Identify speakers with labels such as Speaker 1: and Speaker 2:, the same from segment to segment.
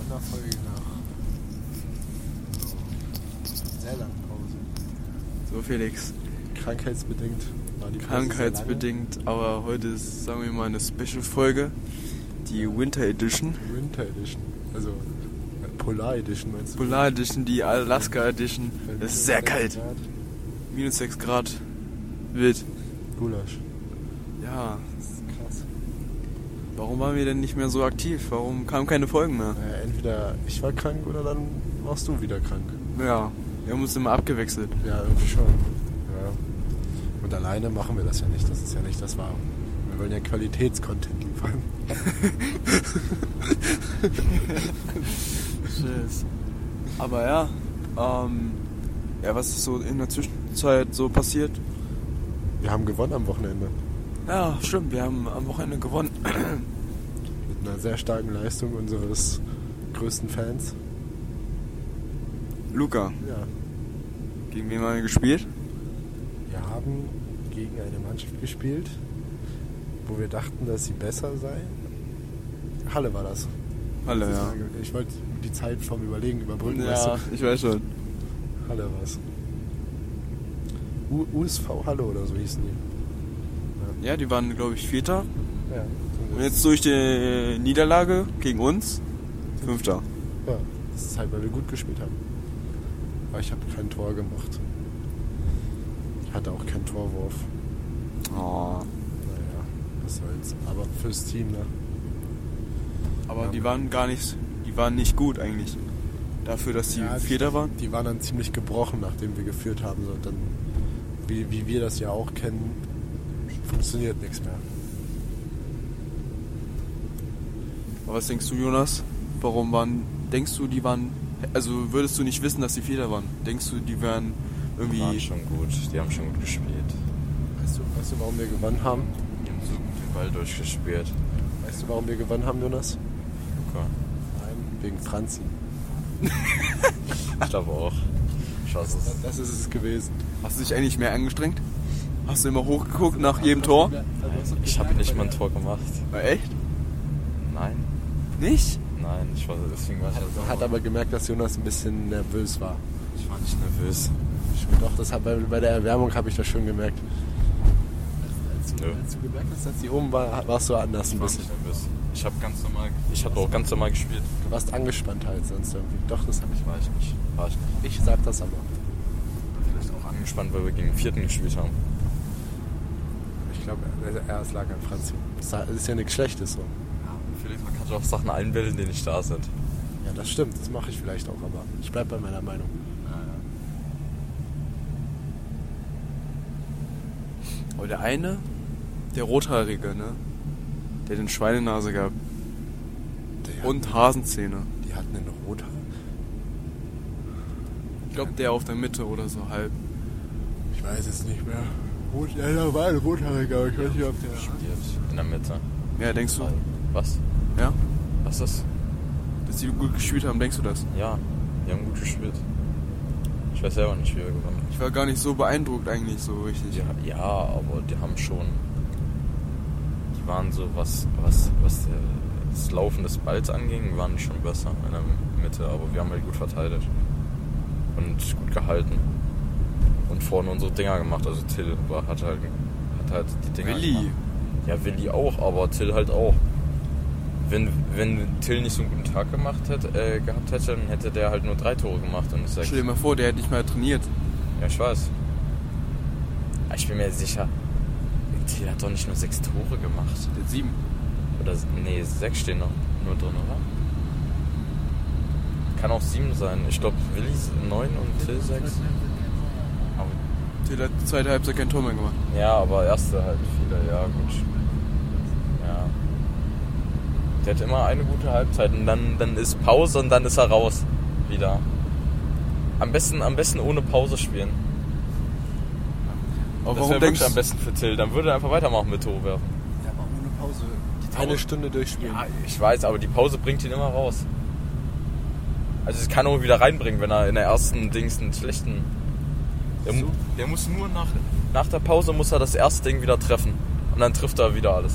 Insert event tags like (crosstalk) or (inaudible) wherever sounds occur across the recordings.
Speaker 1: unserer Folge nach so, sehr langen Pause.
Speaker 2: So, Felix.
Speaker 1: Krankheitsbedingt war die Pause
Speaker 2: Krankheitsbedingt, aber heute ist, sagen wir mal, eine Special-Folge. Die Winter Edition.
Speaker 1: sehr lange. Winter Edition. Also äh, Polar Edition meinst du?
Speaker 2: Polar Edition, die Alaska Edition.
Speaker 1: Bei
Speaker 2: Es
Speaker 1: minus
Speaker 2: ist sehr
Speaker 1: sechs
Speaker 2: kalt.
Speaker 1: Grad.
Speaker 2: Minus 6 Grad. Wild.
Speaker 1: Gulasch.
Speaker 2: Ja.
Speaker 1: Das ist krass.
Speaker 2: Warum waren wir denn nicht mehr so aktiv? Warum kamen keine Folgen mehr?
Speaker 1: Naja, Äh, entweder ich war krank oder dann warst du wieder krank.
Speaker 2: Ja. Wir haben uns immer abgewechselt.
Speaker 1: Ja, irgendwie schon. Ja. Und alleine machen wir das ja nicht. Das ist ja nicht das Wahre. Wir wollen ja Qualitätscontent
Speaker 2: (laughs)
Speaker 1: liefern. (laughs)
Speaker 2: Schiss. Aber ja, ähm, ja, was ist so in der Zwischenzeit so passiert?
Speaker 1: Wir haben gewonnen am Wochenende.
Speaker 2: Ja, stimmt, wir haben am Wochenende gewonnen.
Speaker 1: Mit einer sehr starken Leistung unseres größten Fans.
Speaker 2: Luca,
Speaker 1: Ja.
Speaker 2: gegen wen haben wir gespielt?
Speaker 1: Wir haben gegen eine Mannschaft gespielt, wo wir dachten, dass sie besser sei. Halle war das.
Speaker 2: Halle, ja.
Speaker 1: Ich wollte die Zeit vom Überlegen überbrücken. weißt
Speaker 2: Ja,
Speaker 1: du?
Speaker 2: ich weiß schon.
Speaker 1: Halle was. U USV Halle oder so hießen die.
Speaker 2: Ja, die waren, glaube ich, Vierter.
Speaker 1: Ja.
Speaker 2: Und jetzt durch die Niederlage gegen uns, Fünfter.
Speaker 1: Ja, das ist halt, weil wir gut gespielt haben. Aber ich habe kein Tor gemacht. Hatte auch keinen Torwurf.
Speaker 2: Oh.
Speaker 1: Naja, was soll's. Aber fürs Team, ne?
Speaker 2: Aber die waren gar nicht, die waren nicht gut eigentlich. Dafür, dass die
Speaker 1: Ja,
Speaker 2: Vierter waren.
Speaker 1: Die waren dann ziemlich gebrochen, nachdem wir geführt haben. So, dann, wie, wie wir das ja auch kennen, funktioniert nichts mehr.
Speaker 2: Aber was denkst du, Jonas? Warum waren, denkst du, die waren, also würdest du nicht wissen, dass die Vierter waren? Denkst du, die wären
Speaker 3: Die
Speaker 2: irgendwie, (laughs)
Speaker 3: waren schon gut, die haben schon gut gespielt.
Speaker 1: Weißt du, weißt du, warum wir gewonnen haben?
Speaker 3: Die haben so gut den Ball durchgespielt.
Speaker 1: Weißt du, warum wir gewonnen haben, Jonas?
Speaker 3: Luca.
Speaker 1: Nein. Wegen Franzi.
Speaker 3: Ich glaube auch. Schass es.
Speaker 1: Das ist es gewesen.
Speaker 2: hast du dich eigentlich mehr angestrengt? Hast du immer hochgeguckt nach jedem Tor?
Speaker 3: Ich habe nicht mal ein Tor gemacht.
Speaker 2: Na, echt?
Speaker 3: Nein,
Speaker 2: Nicht?
Speaker 3: nein, ich war deswegen war ich ja sauer.
Speaker 1: Hat aber gemerkt, dass Jonas ein bisschen nervös Also. war.
Speaker 3: ich war nicht nervös.
Speaker 1: Ich, doch, das hat, bei, bei der Erwärmung habe ich das schon gemerkt.
Speaker 3: Nö.
Speaker 1: Als du gemerkt hast, dass die oben war, warst du anders ein
Speaker 3: Ich war
Speaker 1: bisschen.
Speaker 3: nicht nervös. Ich habe ganz normal, ich habe auch ganz normal gespielt.
Speaker 1: Du warst angespannt halt sonst irgendwie. Doch, das habe ich.
Speaker 3: War ich nicht. War ich nicht.
Speaker 1: Ich sag das aber.
Speaker 3: Vielleicht auch angespannt, weil wir gegen den vierten gespielt haben.
Speaker 1: Ich glaube, er es lag an Franzi. Das ist ja nichts Schlechtes so.
Speaker 3: Felix, man kann doch auch Sachen einbilden, die nicht da sind.
Speaker 1: Ja, das stimmt. Das mache ich vielleicht auch, aber ich bleibe bei meiner Meinung.
Speaker 2: Aber Oh, der eine, der Rothaarige, ne? Der hat eine Schweinenase gehabt.
Speaker 1: Die
Speaker 2: Und
Speaker 1: hatten-
Speaker 2: Hasenzähne.
Speaker 1: Die hatten einen Rothaar.
Speaker 2: Ich glaube, der auf der Mitte oder so halb.
Speaker 1: Ich weiß es nicht mehr. Rot, ja, da war ein Rothaariger, aber ich weiß nicht, ob der.
Speaker 3: Spielt in der Mitte.
Speaker 2: Ja, denkst du?
Speaker 3: Was?
Speaker 2: Ja?
Speaker 3: Was ist?
Speaker 2: Dass die gut gespielt haben, denkst du das?
Speaker 3: Ja, die haben gut gespielt. Ich weiß selber nicht, wie wir gewonnen haben.
Speaker 2: Ich war gar nicht so beeindruckt eigentlich so richtig.
Speaker 3: Ja, ja, aber die haben schon. Die waren so, was, was, was der, das Laufen des Balls anging, waren die schon besser in der Mitte, aber wir haben halt gut verteidigt. Und gut gehalten. Und vorne unsere Dinger gemacht. Also Till war, hat, halt, hat halt die Dinger
Speaker 2: Willi.
Speaker 3: gemacht. Ja, Willi auch, aber Till halt auch. Wenn, wenn Till nicht so einen guten Tag gemacht hätte, äh, gehabt hätte, dann hätte der halt nur drei Tore gemacht und nicht sechs.
Speaker 2: Stell dir mal vor, der hätte nicht mal trainiert.
Speaker 3: Ja, ich weiß. Aber ich bin mir sicher, Thiel hat doch nicht nur sechs Tore gemacht.
Speaker 2: Der hat sieben.
Speaker 3: Oder, nee, sechs stehen noch nur drin, oder? Kann auch sieben sein. Ich glaube, Willi ist neun und Till sechs. Aber,
Speaker 2: Der hat die zweite Halbzeit kein Tor mehr gemacht.
Speaker 3: ja, aber erste halt viele, ja, gut. Ja. Der hat immer eine gute Halbzeit und dann, dann ist Pause und dann ist er raus. Wieder. Am besten, am besten ohne Pause spielen.
Speaker 2: Aber
Speaker 3: das
Speaker 2: warum
Speaker 3: wäre
Speaker 2: denkst
Speaker 3: wirklich am besten für Till. Dann würde er einfach weitermachen mit Tore werfen.
Speaker 1: Ja, aber ohne Pause. Eine
Speaker 3: Pause-
Speaker 1: Stunde durchspielen.
Speaker 3: Ja, ich weiß, aber die Pause bringt ihn immer raus. Also es kann auch wieder reinbringen, wenn er in der ersten Dings einen schlechten. Der, mu- der muss nur nach, nach der Pause muss er das erste Ding wieder treffen. Und dann trifft er wieder alles.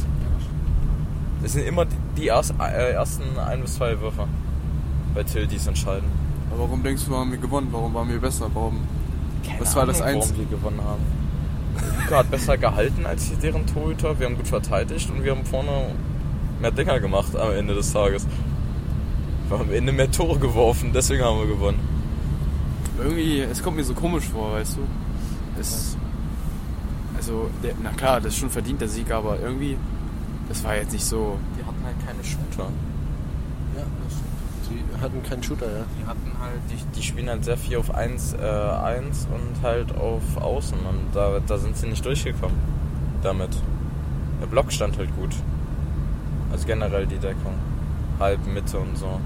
Speaker 3: Das sind immer die, die erst, äh, ersten ein bis zwei Würfe. bei Till dies entscheiden.
Speaker 2: Aber warum denkst du, haben wir gewonnen? Warum waren wir besser? Warum?
Speaker 3: Keine
Speaker 2: Was war das
Speaker 3: Ahnung,
Speaker 2: Einzige?
Speaker 3: Warum wir gewonnen haben. Luca hat besser gehalten als deren Torhüter. Wir haben gut verteidigt und wir haben vorne mehr Dinger gemacht am Ende des Tages. Wir haben am Ende mehr Tore geworfen, deswegen haben wir gewonnen.
Speaker 2: Irgendwie, es kommt mir so komisch vor, weißt du? Es, also, der, na klar, das ist schon verdienter Sieg, aber irgendwie, das war jetzt nicht so.
Speaker 4: Die hatten halt keine Shooter.
Speaker 3: Shooter.
Speaker 4: Ja, das stimmt.
Speaker 1: Die hatten keinen Shooter, ja.
Speaker 4: Die hatten halt
Speaker 3: Die, die spielen halt sehr viel auf 1, äh, 1 und halt auf Außen und da, da sind sie nicht durchgekommen damit. Der Block stand halt gut. Also generell die Deckung. Halb, Mitte und so.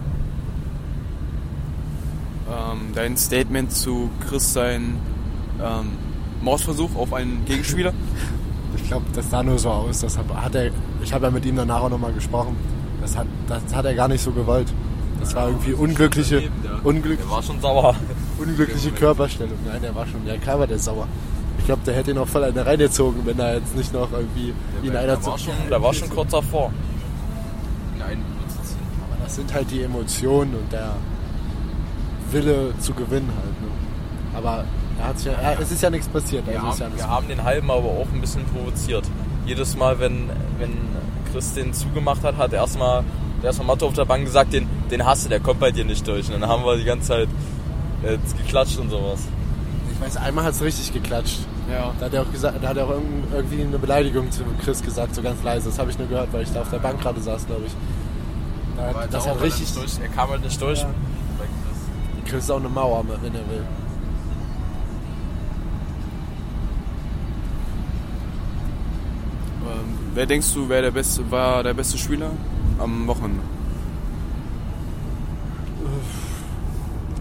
Speaker 2: Ähm, dein Statement zu Chris sein ähm, Mordversuch auf einen (laughs) Gegenspieler.
Speaker 1: Ich glaube, das sah nur so aus. Das hat, hat er, ich habe ja mit ihm danach auch nochmal gesprochen. Das hat, das hat er gar nicht so gewollt. Das war irgendwie unglückliche,
Speaker 4: daneben, ja.
Speaker 1: unglück,
Speaker 3: Der war schon sauer.
Speaker 1: unglückliche Körperstellung. Nein, der war schon, ja klar war der sauer. Ich glaube, der hätte ihn auch voll eine reingezogen, wenn da jetzt nicht noch irgendwie ihn einer
Speaker 3: Der war schon, der war schon kurz davor.
Speaker 4: in einen Benutzer ziehen.
Speaker 1: Aber das sind halt die Emotionen und der Wille zu gewinnen halt. Ne? Aber er hat sich ja, er, es ist ja nichts passiert.
Speaker 3: Wir,
Speaker 1: Also ist ja
Speaker 3: haben,
Speaker 1: alles
Speaker 3: wir haben den Halben aber auch ein bisschen provoziert. Jedes Mal, wenn, wenn Chris den zugemacht hat, hat er erstmal der erstmal Mathe auf der Bank gesagt, den, den hast du, der kommt bei dir nicht durch. Und dann haben wir die ganze Zeit äh, geklatscht und sowas.
Speaker 1: Ich weiß, einmal hat es richtig geklatscht.
Speaker 2: Ja.
Speaker 1: Da hat er auch gesagt, da hat er auch irgend- irgendwie eine Beleidigung zu Chris gesagt, so ganz leise. Das habe ich nur gehört, weil ich da auf der Bank gerade saß, glaube ich. Da,
Speaker 4: Weil
Speaker 1: das
Speaker 4: da
Speaker 1: hat
Speaker 4: auch
Speaker 1: richtig.
Speaker 4: alles
Speaker 3: Er kam halt nicht durch.
Speaker 1: Ja. Chris ist auch eine Mauer, wenn er will.
Speaker 2: Ähm, wer denkst du, wer der beste, war der beste Spieler am Wochenende?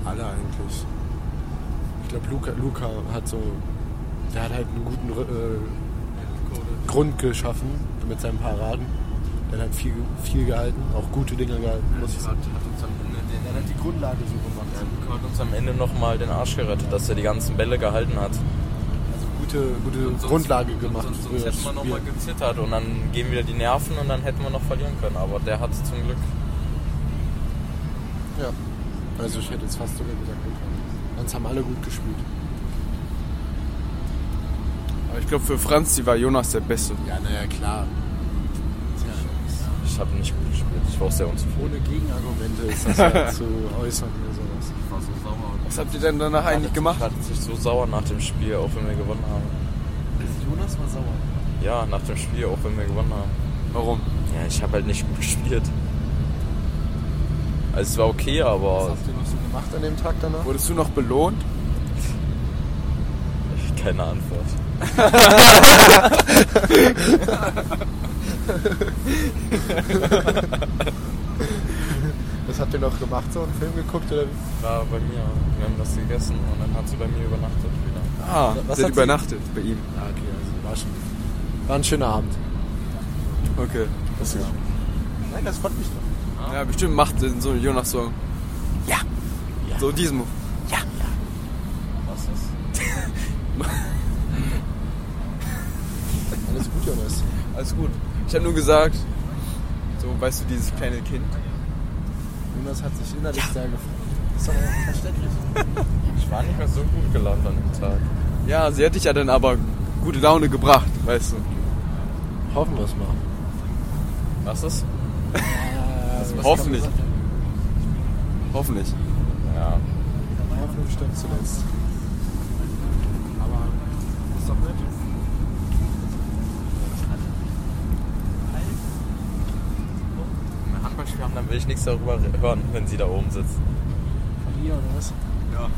Speaker 1: Alle eigentlich. Ich glaube, Luca, Luca hat so. Der hat halt einen guten äh, Grund geschaffen mit seinen Paraden. Der hat viel, viel gehalten, auch gute Dinger gehalten, muss ich sagen.
Speaker 4: uns am Ende
Speaker 1: Der hat halt die Grundlage so gemacht.
Speaker 3: Hat uns am Ende nochmal den Arsch gerettet, dass er die ganzen Bälle gehalten hat.
Speaker 1: Also gute, gute
Speaker 3: Sonst-
Speaker 1: Grundlage gemacht.
Speaker 3: Sonst,
Speaker 1: für das
Speaker 3: sonst hätten wir
Speaker 1: Spiel.
Speaker 3: nochmal gezittert und dann gehen wieder die Nerven und dann hätten wir noch verlieren können. Aber der hat zum Glück.
Speaker 1: Ja. Also ich hätte jetzt fast sogar gesagt, gut. Sonst haben alle gut gespielt.
Speaker 2: Aber ich glaube, für Franzi war Jonas der Beste.
Speaker 1: Ja, naja, (laughs) klar.
Speaker 3: Ich habe nicht gut gespielt. Ich war auch sehr unzufrieden.
Speaker 1: Ohne Gegenargumente ist (laughs) das ja zu äußern oder sowas.
Speaker 4: war so sauer.
Speaker 2: Was habt ihr denn danach eigentlich gemacht?
Speaker 3: Ich hatte sich so sauer nach dem Spiel, auch wenn wir gewonnen haben.
Speaker 1: Jonas war sauer.
Speaker 3: Ja, nach dem Spiel, auch wenn wir gewonnen haben.
Speaker 2: Warum?
Speaker 3: Ja, ich habe halt nicht gut (laughs) gespielt. Also es war okay, aber (laughs)
Speaker 1: ihr noch so gemacht an dem Tag danach?
Speaker 2: Wurdest du noch belohnt?
Speaker 3: keine Antwort.
Speaker 1: Was habt ihr noch gemacht? So einen Film geguckt oder wie?
Speaker 3: War bei mir. Wir haben das gegessen und dann hat sie bei mir übernachtet wieder.
Speaker 2: Ah,
Speaker 1: Was
Speaker 2: der
Speaker 1: hat sie-
Speaker 2: übernachtet bei ihm.
Speaker 1: Ja, okay, also war schon. War ein schöner Abend.
Speaker 2: Okay.
Speaker 1: Das Nein, das freut mich doch.
Speaker 2: Ja, bestimmt macht so ein Jonas-Song. Ja. So in diesem.
Speaker 3: Was ist?
Speaker 1: Alles gut, Jonas.
Speaker 2: Alles gut. Ich habe nur gesagt, so weißt du, dieses kleine Kind.
Speaker 1: Jonas hat sich innerlich sehr gefreut. Ist doch verständlich.
Speaker 3: Ich war nicht mehr so gut gelaunt an dem Tag.
Speaker 2: Ja, sie hätte dich ja dann aber gute Laune gebracht, weißt du.
Speaker 1: Hoffen wir es mal.
Speaker 3: Was ist?
Speaker 1: Äh,
Speaker 2: was hoffentlich. kann Hoffentlich.
Speaker 3: Ja.
Speaker 1: Hoffnung stirbt zuletzt. Aber ist doch nett.
Speaker 3: Wenn wir Handballspiel haben, dann will ich nichts darüber hören, wenn sie da oben sitzt.
Speaker 1: Von ihr oder was?
Speaker 2: Ja.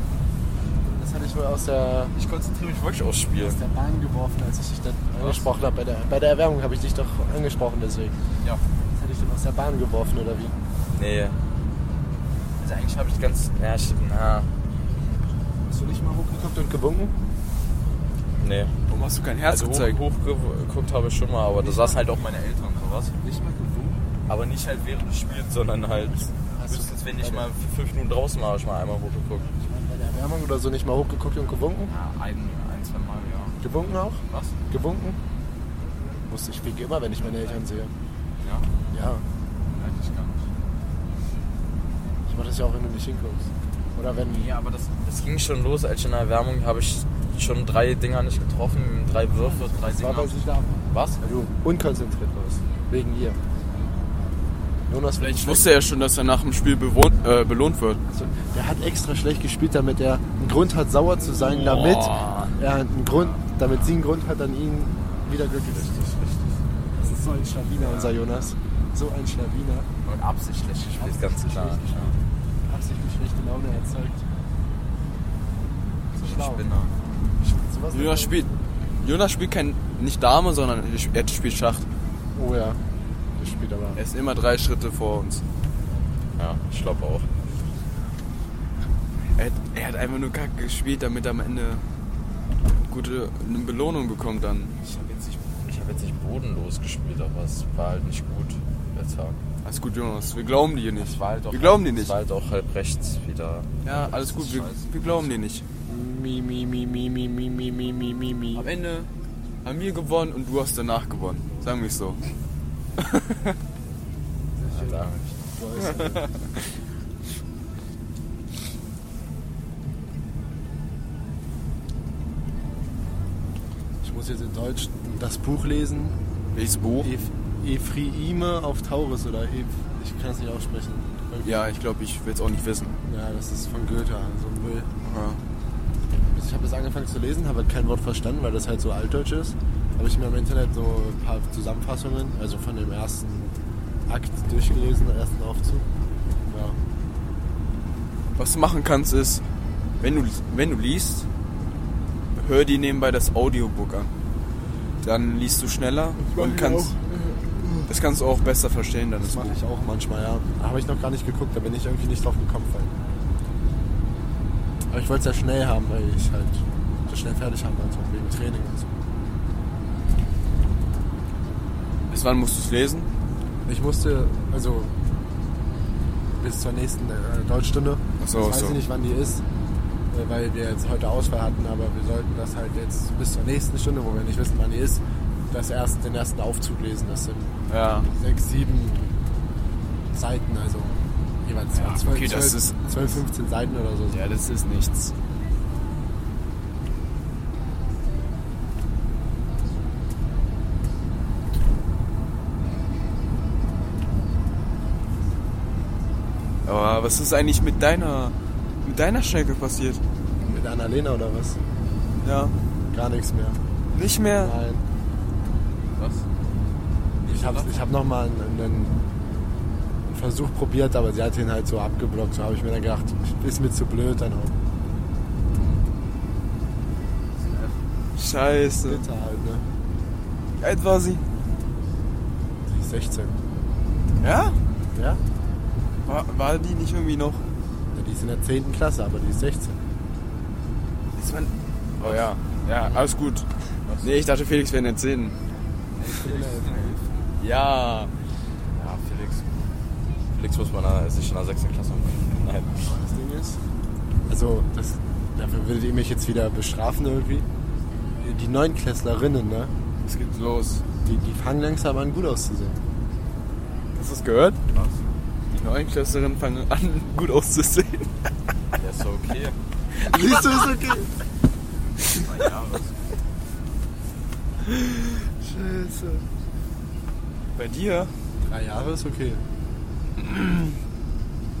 Speaker 1: Das hatte ich wohl aus der,
Speaker 3: Ich konzentriere mich wirklich aufs Spiel.
Speaker 1: aus der Bahn geworfen, als ich dich dann angesprochen habe. Bei der, bei der Erwärmung habe ich dich doch angesprochen, deswegen.
Speaker 3: Ja.
Speaker 1: Das hatte ich dann aus der Bahn geworfen, oder wie?
Speaker 3: Nee. Also eigentlich habe ich ganz. Ja, ich, na.
Speaker 1: Hast du nicht mal hochgeguckt und gewunken?
Speaker 3: Nee.
Speaker 2: Warum hast du kein Herz
Speaker 3: Also
Speaker 2: gezeigt?
Speaker 3: hoch, hochgeguckt habe ich schon mal, aber da saßen halt auch meine Eltern und sowas.
Speaker 1: Nicht mal gewunken?
Speaker 3: Aber nicht halt während des Spiels, sondern halt
Speaker 1: Hast du-
Speaker 3: höchstens, wenn ich mal für fünf Minuten draußen war, habe ich mal einmal hochgeguckt.
Speaker 1: Ich meine, bei der Erwärmung oder so nicht mal hochgeguckt und gewunken?
Speaker 3: Ja, ein, ein, zwei Mal, ja.
Speaker 1: Gewunken auch?
Speaker 3: Was?
Speaker 1: Gewunken? Wusste ich wie immer, wenn ich meine Eltern sehe.
Speaker 3: Ja?
Speaker 1: Ja,
Speaker 3: Eigentlich gar nicht.
Speaker 1: ich mach das ist ja auch, wenn du nicht hinguckst. Oder wenn.
Speaker 3: Ja, aber das, das ging schon los, als ich in der Erwärmung habe ich schon drei Dinger nicht getroffen, drei Würfe, Also drei
Speaker 1: Das war,
Speaker 3: Dinger.
Speaker 1: weil sie da war.
Speaker 3: Was?
Speaker 1: Weil du unkonzentriert warst. Wegen ihr. Jonas
Speaker 2: Vielleicht wusste er schon, dass er nach dem Spiel bewohnt, äh, belohnt wird.
Speaker 1: Der hat extra schlecht gespielt, damit er einen Grund hat, sauer zu sein, damit
Speaker 2: Boah.
Speaker 1: er einen Grund, damit sie einen Grund hat, an ihn wieder glücklich zu Das ist so ein Schlawiner, unser Jonas. So ein Schlawiner.
Speaker 3: Und absichtlich gespielt, ganz klar.
Speaker 1: Absichtlich schlechte Laune erzeugt.
Speaker 3: So ein
Speaker 1: Schlau.
Speaker 3: Spinner.
Speaker 1: Sowas
Speaker 2: Jonas spielt, Jonas spielt kein, nicht Dame, sondern er sp- er spielt Schach.
Speaker 1: Oh ja. Das spielt aber.
Speaker 2: Er ist immer drei Schritte vor uns.
Speaker 3: Ja, ich glaube auch.
Speaker 2: Er hat, er hat einfach nur kacke gespielt, damit er am Ende gute eine Belohnung bekommt dann.
Speaker 3: Ich habe jetzt, nicht- ich hab jetzt nicht bodenlos gespielt, aber es war halt nicht gut, der Tag.
Speaker 2: Alles gut, Jonas. Wir glauben dir nicht.
Speaker 3: Es war halt auch
Speaker 2: wir glauben dir
Speaker 3: Es
Speaker 2: nicht.
Speaker 3: war halt auch halb rechts wieder.
Speaker 2: Ja, alles gut. Wir,
Speaker 3: Scheiße.
Speaker 2: wir glauben dir nicht.
Speaker 1: Mi, mi, mi, mi, mi, mi, mi, mi, mi, mi, mi.
Speaker 2: Am Ende haben wir gewonnen und du hast danach gewonnen. Sagen wir es so. (laughs)
Speaker 3: Alter.
Speaker 1: Ich muss jetzt in Deutsch das Buch lesen.
Speaker 2: Welches Buch?
Speaker 1: Eph Ephraime auf Taurus oder Eph. Ich kann das nicht aussprechen.
Speaker 2: Ja, ich glaube, ich will es auch nicht wissen.
Speaker 1: Ja, das ist von Goethe, so ein Müll.
Speaker 2: Ja.
Speaker 1: Ich habe jetzt angefangen zu lesen, habe halt kein Wort verstanden, weil das halt so altdeutsch ist. Habe ich mir im Internet so ein paar Zusammenfassungen, also von dem ersten Akt durchgelesen, den ersten Aufzug. Ja.
Speaker 2: Was du machen kannst ist, wenn du, wenn du liest, hör dir nebenbei das Audiobook an. Dann liest du schneller und kannst. Das kannst du auch besser verstehen, dann
Speaker 1: Das
Speaker 2: das
Speaker 1: mache
Speaker 2: Buch.
Speaker 1: ich auch manchmal, ja. Da habe ich noch gar nicht geguckt, da bin ich irgendwie nicht drauf gekommen. Weil. Aber ich wollte es ja schnell haben, weil ich halt so schnell fertig haben wollte, auch wegen Training und so.
Speaker 2: Bis wann musst du es lesen?
Speaker 1: Ich musste, also bis zur nächsten äh, Deutschstunde.
Speaker 2: Ach so,
Speaker 1: ich
Speaker 2: ach
Speaker 1: weiß
Speaker 2: so.
Speaker 1: nicht, wann die ist, äh, weil wir jetzt heute Ausfall hatten, aber wir sollten das halt jetzt bis zur nächsten Stunde, wo wir nicht wissen, wann die ist, das erst, den ersten Aufzug lesen. Das sind
Speaker 2: Ja.
Speaker 1: sechs, sieben Seiten, also jeweils
Speaker 2: Ja,
Speaker 1: zwölf,
Speaker 2: okay, das
Speaker 1: zwölf,
Speaker 2: ist-
Speaker 1: zwölf, 15 Seiten oder so.
Speaker 2: Ja, das ist nichts. Aber was ist eigentlich mit deiner mit deiner Schnecke passiert?
Speaker 1: Mit Annalena oder was?
Speaker 2: Ja,
Speaker 1: Gar nichts mehr.
Speaker 2: nicht mehr.
Speaker 1: Nein.
Speaker 4: Was?
Speaker 1: Ich habe ich hab nochmal einen, einen einen Versuch probiert, aber sie hat ihn halt so abgeblockt. So habe ich mir dann gedacht, ist mir zu blöd dann auch.
Speaker 2: Scheiße.
Speaker 1: Dritter halt, ne?
Speaker 2: Wie alt war sie?
Speaker 1: Die ist 16.
Speaker 2: Ja?
Speaker 1: Ja?
Speaker 2: War, war die nicht irgendwie noch?
Speaker 1: Die ist in der 10. Klasse, aber die ist 16.
Speaker 2: Ist man oh ja. Ja, alles gut. Nee, ich dachte Felix wäre in den 10. Ja.
Speaker 3: Ja, Felix. Felix muss man da- sich in der 6. Klasse anmelden. Nein.
Speaker 1: Das Ding ist. Also, das, dafür würdet ihr mich jetzt wieder bestrafen irgendwie. Die Neunklässlerinnen, ne?
Speaker 2: Es geht los.
Speaker 1: Die, die fangen langsam an, gut auszusehen.
Speaker 2: Hast du das gehört? Die Neunklässlerinnen fangen an, (laughs) gut auszusehen.
Speaker 3: Der ist so
Speaker 2: (laughs)
Speaker 3: okay.
Speaker 1: Siehst du, ist okay.
Speaker 2: Scheiße. Bei dir?
Speaker 1: Drei Jahre ist okay.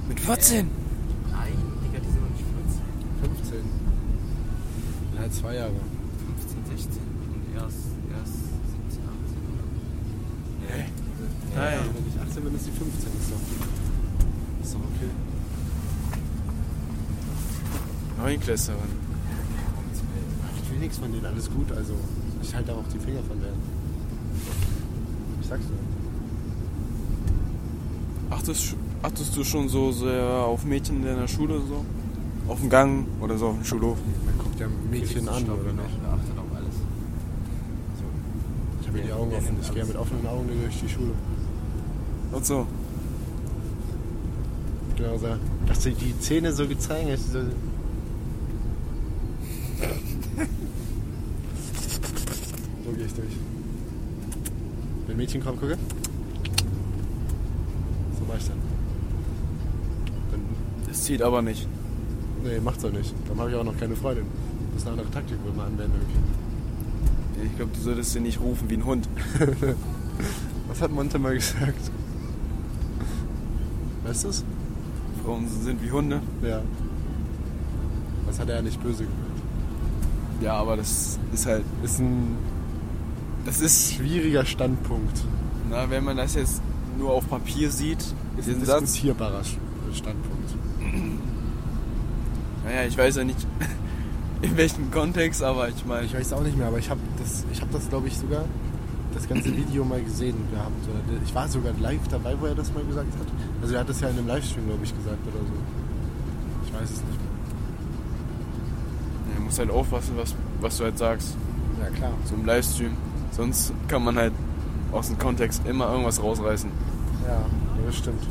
Speaker 2: Mit 14?
Speaker 3: Nein, Digga, die sind noch nicht
Speaker 1: 15.
Speaker 3: 14.
Speaker 1: Ja, zwei Jahre.
Speaker 4: 15, 16 und erst, erst 17, 18.
Speaker 2: Nee.
Speaker 1: Ja,
Speaker 2: Nein.
Speaker 1: wenn ich 18 bin, ist die 15. Ist doch, ist doch okay.
Speaker 2: Neunklässlerin.
Speaker 1: Ich will nichts von denen, alles gut. Also, ich halte auch die Finger von denen. Ich sag's dir.
Speaker 2: Achtest, sch- achtest du schon so sehr auf Mädchen in deiner Schule so? Auf dem Gang oder so auf dem Schulhof?
Speaker 1: Man guckt ja Mädchen an, oder nicht?
Speaker 4: Der achtet auf alles.
Speaker 1: Ich habe die Augen offen. Ich gehe mit offenen Augen durch die Schule.
Speaker 2: Und so.
Speaker 1: Genau so. Dass sie die Zähne so gezeigt hast. (laughs) So. so gehe ich durch. Wenn Mädchen kommen, gucke. So mach ich dann. Dann
Speaker 2: Das zieht aber nicht.
Speaker 1: Nee, macht's doch nicht. Dann habe ich auch noch keine Freundin. Das ist eine andere Taktik, wohl mal anwenden. irgendwie.
Speaker 2: Ich glaube, du solltest den nicht rufen wie ein Hund.
Speaker 1: (laughs) Was hat Monte mal gesagt? Weißt du's?
Speaker 2: Frauen sind wie Hunde.
Speaker 1: Ja. Das hat er ja nicht böse gemeint.
Speaker 2: Ja, aber das ist halt.
Speaker 1: Ist ein
Speaker 2: Das ist.
Speaker 1: schwieriger Standpunkt.
Speaker 2: Na, wenn man das jetzt nur auf Papier sieht, ist
Speaker 1: Ein
Speaker 2: den Satz.
Speaker 1: diskutierbarer Sch- Standpunkt.
Speaker 2: Naja, ich weiß ja nicht (laughs) in welchem Kontext, aber ich meine.
Speaker 1: Ich weiß auch nicht mehr, aber ich habe das, ich hab das glaube ich, sogar das ganze Video mal gesehen gehabt. Oder ich war sogar live dabei, wo er das mal gesagt hat. Also er hat das ja in einem Livestream, glaube ich, gesagt oder so. Ich weiß es nicht
Speaker 2: Du musst halt aufpassen, was, was du halt sagst.
Speaker 1: mehr. Ja, klar.
Speaker 2: So im Livestream. Sonst kann man halt aus dem Kontext immer irgendwas rausreißen.
Speaker 1: Ja, das stimmt.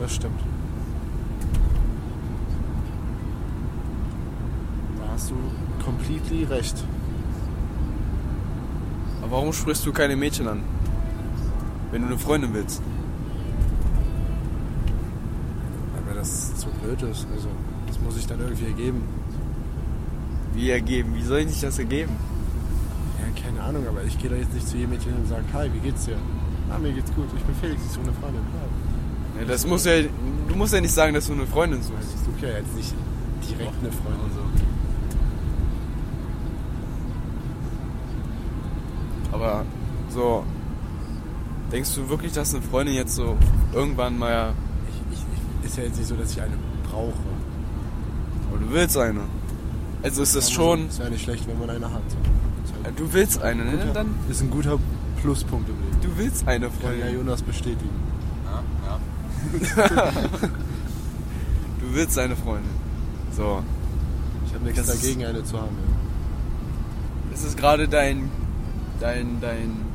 Speaker 1: Das stimmt. Da hast du completely recht.
Speaker 2: Aber warum sprichst du keine Mädchen an? Wenn du eine Freundin willst.
Speaker 1: Aber das zu blöd ist. Also, das muss ich dann irgendwie ergeben.
Speaker 2: Wie ergeben? Wie soll sich das ergeben?
Speaker 1: Ja, keine Ahnung, aber ich gehe da jetzt nicht zu jedem Mädchen hin und sage, hi, wie geht's dir? Ah, mir geht's gut, ich bin Felix, ich suche eine Freundin. Ja.
Speaker 2: Ja, das muss ja. Du musst ja nicht sagen, dass du eine Freundin suchst.
Speaker 1: Ich suche ja jetzt nicht direkt eine Freundin. So.
Speaker 2: Aber so. Denkst du wirklich, dass eine Freundin jetzt so irgendwann mal.
Speaker 1: Ich, ich, ich, ist ja jetzt nicht so, dass ich eine brauche.
Speaker 2: Aber du willst eine. Also ist das
Speaker 1: Aber
Speaker 2: schon.
Speaker 1: Ist ja nicht schlecht, wenn man eine hat. Ist halt-
Speaker 2: Du willst eine, ne?
Speaker 1: guter-
Speaker 2: Dann.
Speaker 1: ist ein guter Pluspunkt im Leben.
Speaker 2: Du willst eine
Speaker 1: Kann ja
Speaker 2: Freundin.
Speaker 1: Jonas bestätigen.
Speaker 3: Ja, ja.
Speaker 2: (laughs) Du willst eine Freundin. So.
Speaker 1: Ich habe nichts
Speaker 2: Das ist-
Speaker 1: dagegen, eine zu haben.
Speaker 2: Es ist gerade dein. dein. dein.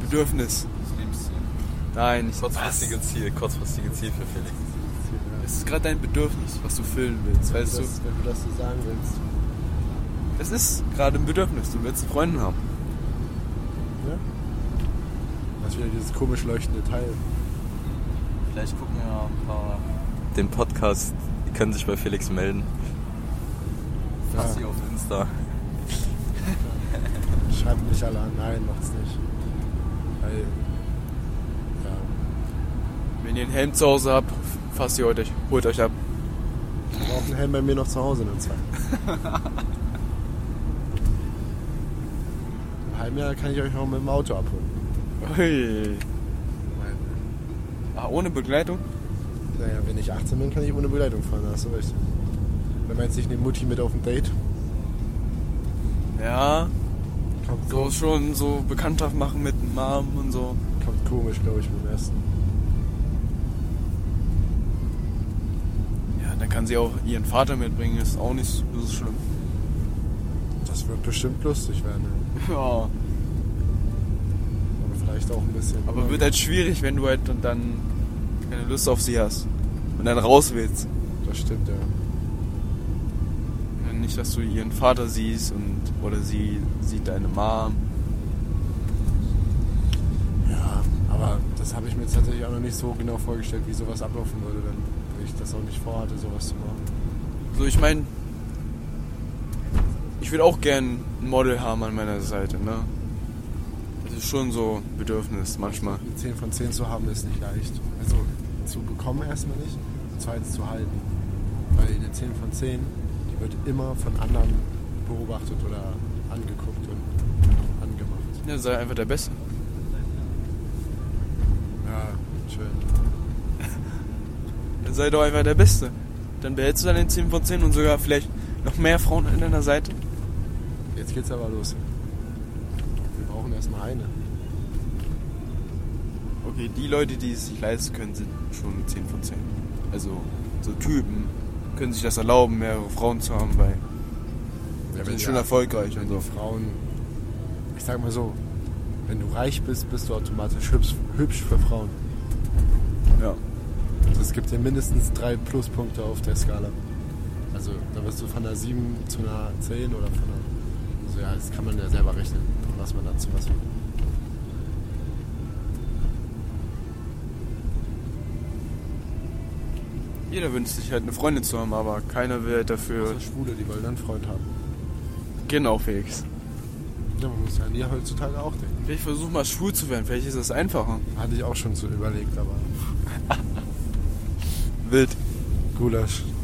Speaker 2: Bedürfnis.
Speaker 3: Das Lebensziel.
Speaker 2: Nein, ich.
Speaker 3: Kurzfristige Ziel, kurzfristige Ziel für Felix.
Speaker 1: Ja.
Speaker 2: Es ist also gerade dein Bedürfnis, was du füllen willst,
Speaker 1: Wenn,
Speaker 2: weißt
Speaker 1: du
Speaker 2: du?
Speaker 1: das, wenn du das so sagen willst.
Speaker 2: Es ist gerade ein Bedürfnis, du willst eine Freundin haben.
Speaker 1: Ja? Hast ne? wieder dieses komisch leuchtende Teil.
Speaker 4: Vielleicht gucken wir mal ein paar
Speaker 3: Den Podcast, die können sich bei Felix melden. Fasti auf Insta.
Speaker 1: Schreibt mich alle an. Nein, macht's nicht. Weil, ja,
Speaker 2: Wenn ihr einen Helm zu Hause habt, fasst ihr euch, holt euch ab.
Speaker 1: ich brauche einen Helm bei mir noch zu Hause in den zwei.
Speaker 2: (laughs)
Speaker 1: Im halben Jahr kann ich euch noch mit dem Auto abholen.
Speaker 2: Ui. Ah, ohne Begleitung?
Speaker 1: Naja, wenn ich 18 bin, kann ich ohne Begleitung fahren, da hast du recht. Wenn meinst du, ich nehme Mutti mit auf ein Date?
Speaker 2: Ja,
Speaker 1: Kommt,
Speaker 2: so schon so Bekanntschaft machen mit Mom und so.
Speaker 1: kommt komisch, glaube ich, beim ersten.
Speaker 2: Ja, dann kann sie auch ihren Vater mitbringen, ist auch nicht so schlimm. (laughs)
Speaker 1: Das wird bestimmt lustig werden.
Speaker 2: Ja,
Speaker 1: ja. Aber vielleicht auch ein bisschen.
Speaker 2: aber wird halt schwierig, wenn du halt dann keine Lust auf sie hast und dann raus willst.
Speaker 1: Das stimmt, ja.
Speaker 2: Äh, Nicht, dass du ihren Vater siehst und oder sie sieht deine Mom.
Speaker 1: Ja, aber das habe ich mir jetzt tatsächlich auch noch nicht so genau vorgestellt, wie sowas ablaufen würde, dann, wenn ich das auch nicht vorhatte, sowas zu machen.
Speaker 2: So, ich meine, ich würde auch gern ein Model haben an meiner Seite, ne? Das ist schon so ein Bedürfnis manchmal.
Speaker 1: Eine 10 von 10 zu haben ist nicht leicht. Also zu bekommen erstmal nicht, und zweitens zu halten. Weil eine 10 von 10, die wird immer von anderen beobachtet oder angeguckt und angemacht.
Speaker 2: Ja, sei einfach der Beste.
Speaker 1: Ja, schön.
Speaker 2: Dann sei doch einfach der Beste. Dann behältst du deine 10 von 10 und sogar vielleicht noch mehr Frauen an deiner Seite.
Speaker 1: Jetzt geht's aber los. Wir brauchen erstmal eine.
Speaker 2: Okay, die Leute, die es sich leisten können, sind schon eine 10 von 10. Also, so Typen können sich das erlauben, mehrere Frauen zu haben, weil
Speaker 1: Ja,
Speaker 2: sind schon erfolgreich
Speaker 1: Wenn
Speaker 2: und
Speaker 1: die
Speaker 2: so.
Speaker 1: Frauen, ich sag mal so, wenn du reich bist, bist du automatisch hübsch, hübsch für Frauen.
Speaker 2: Ja.
Speaker 1: Das gibt dir mindestens drei Pluspunkte auf der Skala. Also da wirst du von einer 7 zu einer 10 oder von einer. Also ja, das kann man ja selber rechnen, was man dazu was wird.
Speaker 2: Jeder wünscht sich halt eine Freundin zu haben, aber keiner will halt dafür.
Speaker 1: Also Schwule, die wollen dann einen Freund haben.
Speaker 2: Genau, Felix.
Speaker 1: Ja, man muss ja an die heutzutage auch denken.
Speaker 2: Ich versuche mal schwul zu werden, vielleicht ist das einfacher.
Speaker 1: Hatte ich auch schon so überlegt, aber
Speaker 2: Wild.
Speaker 1: Gulasch.